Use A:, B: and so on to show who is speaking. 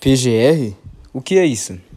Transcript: A: PGR? O que é isso?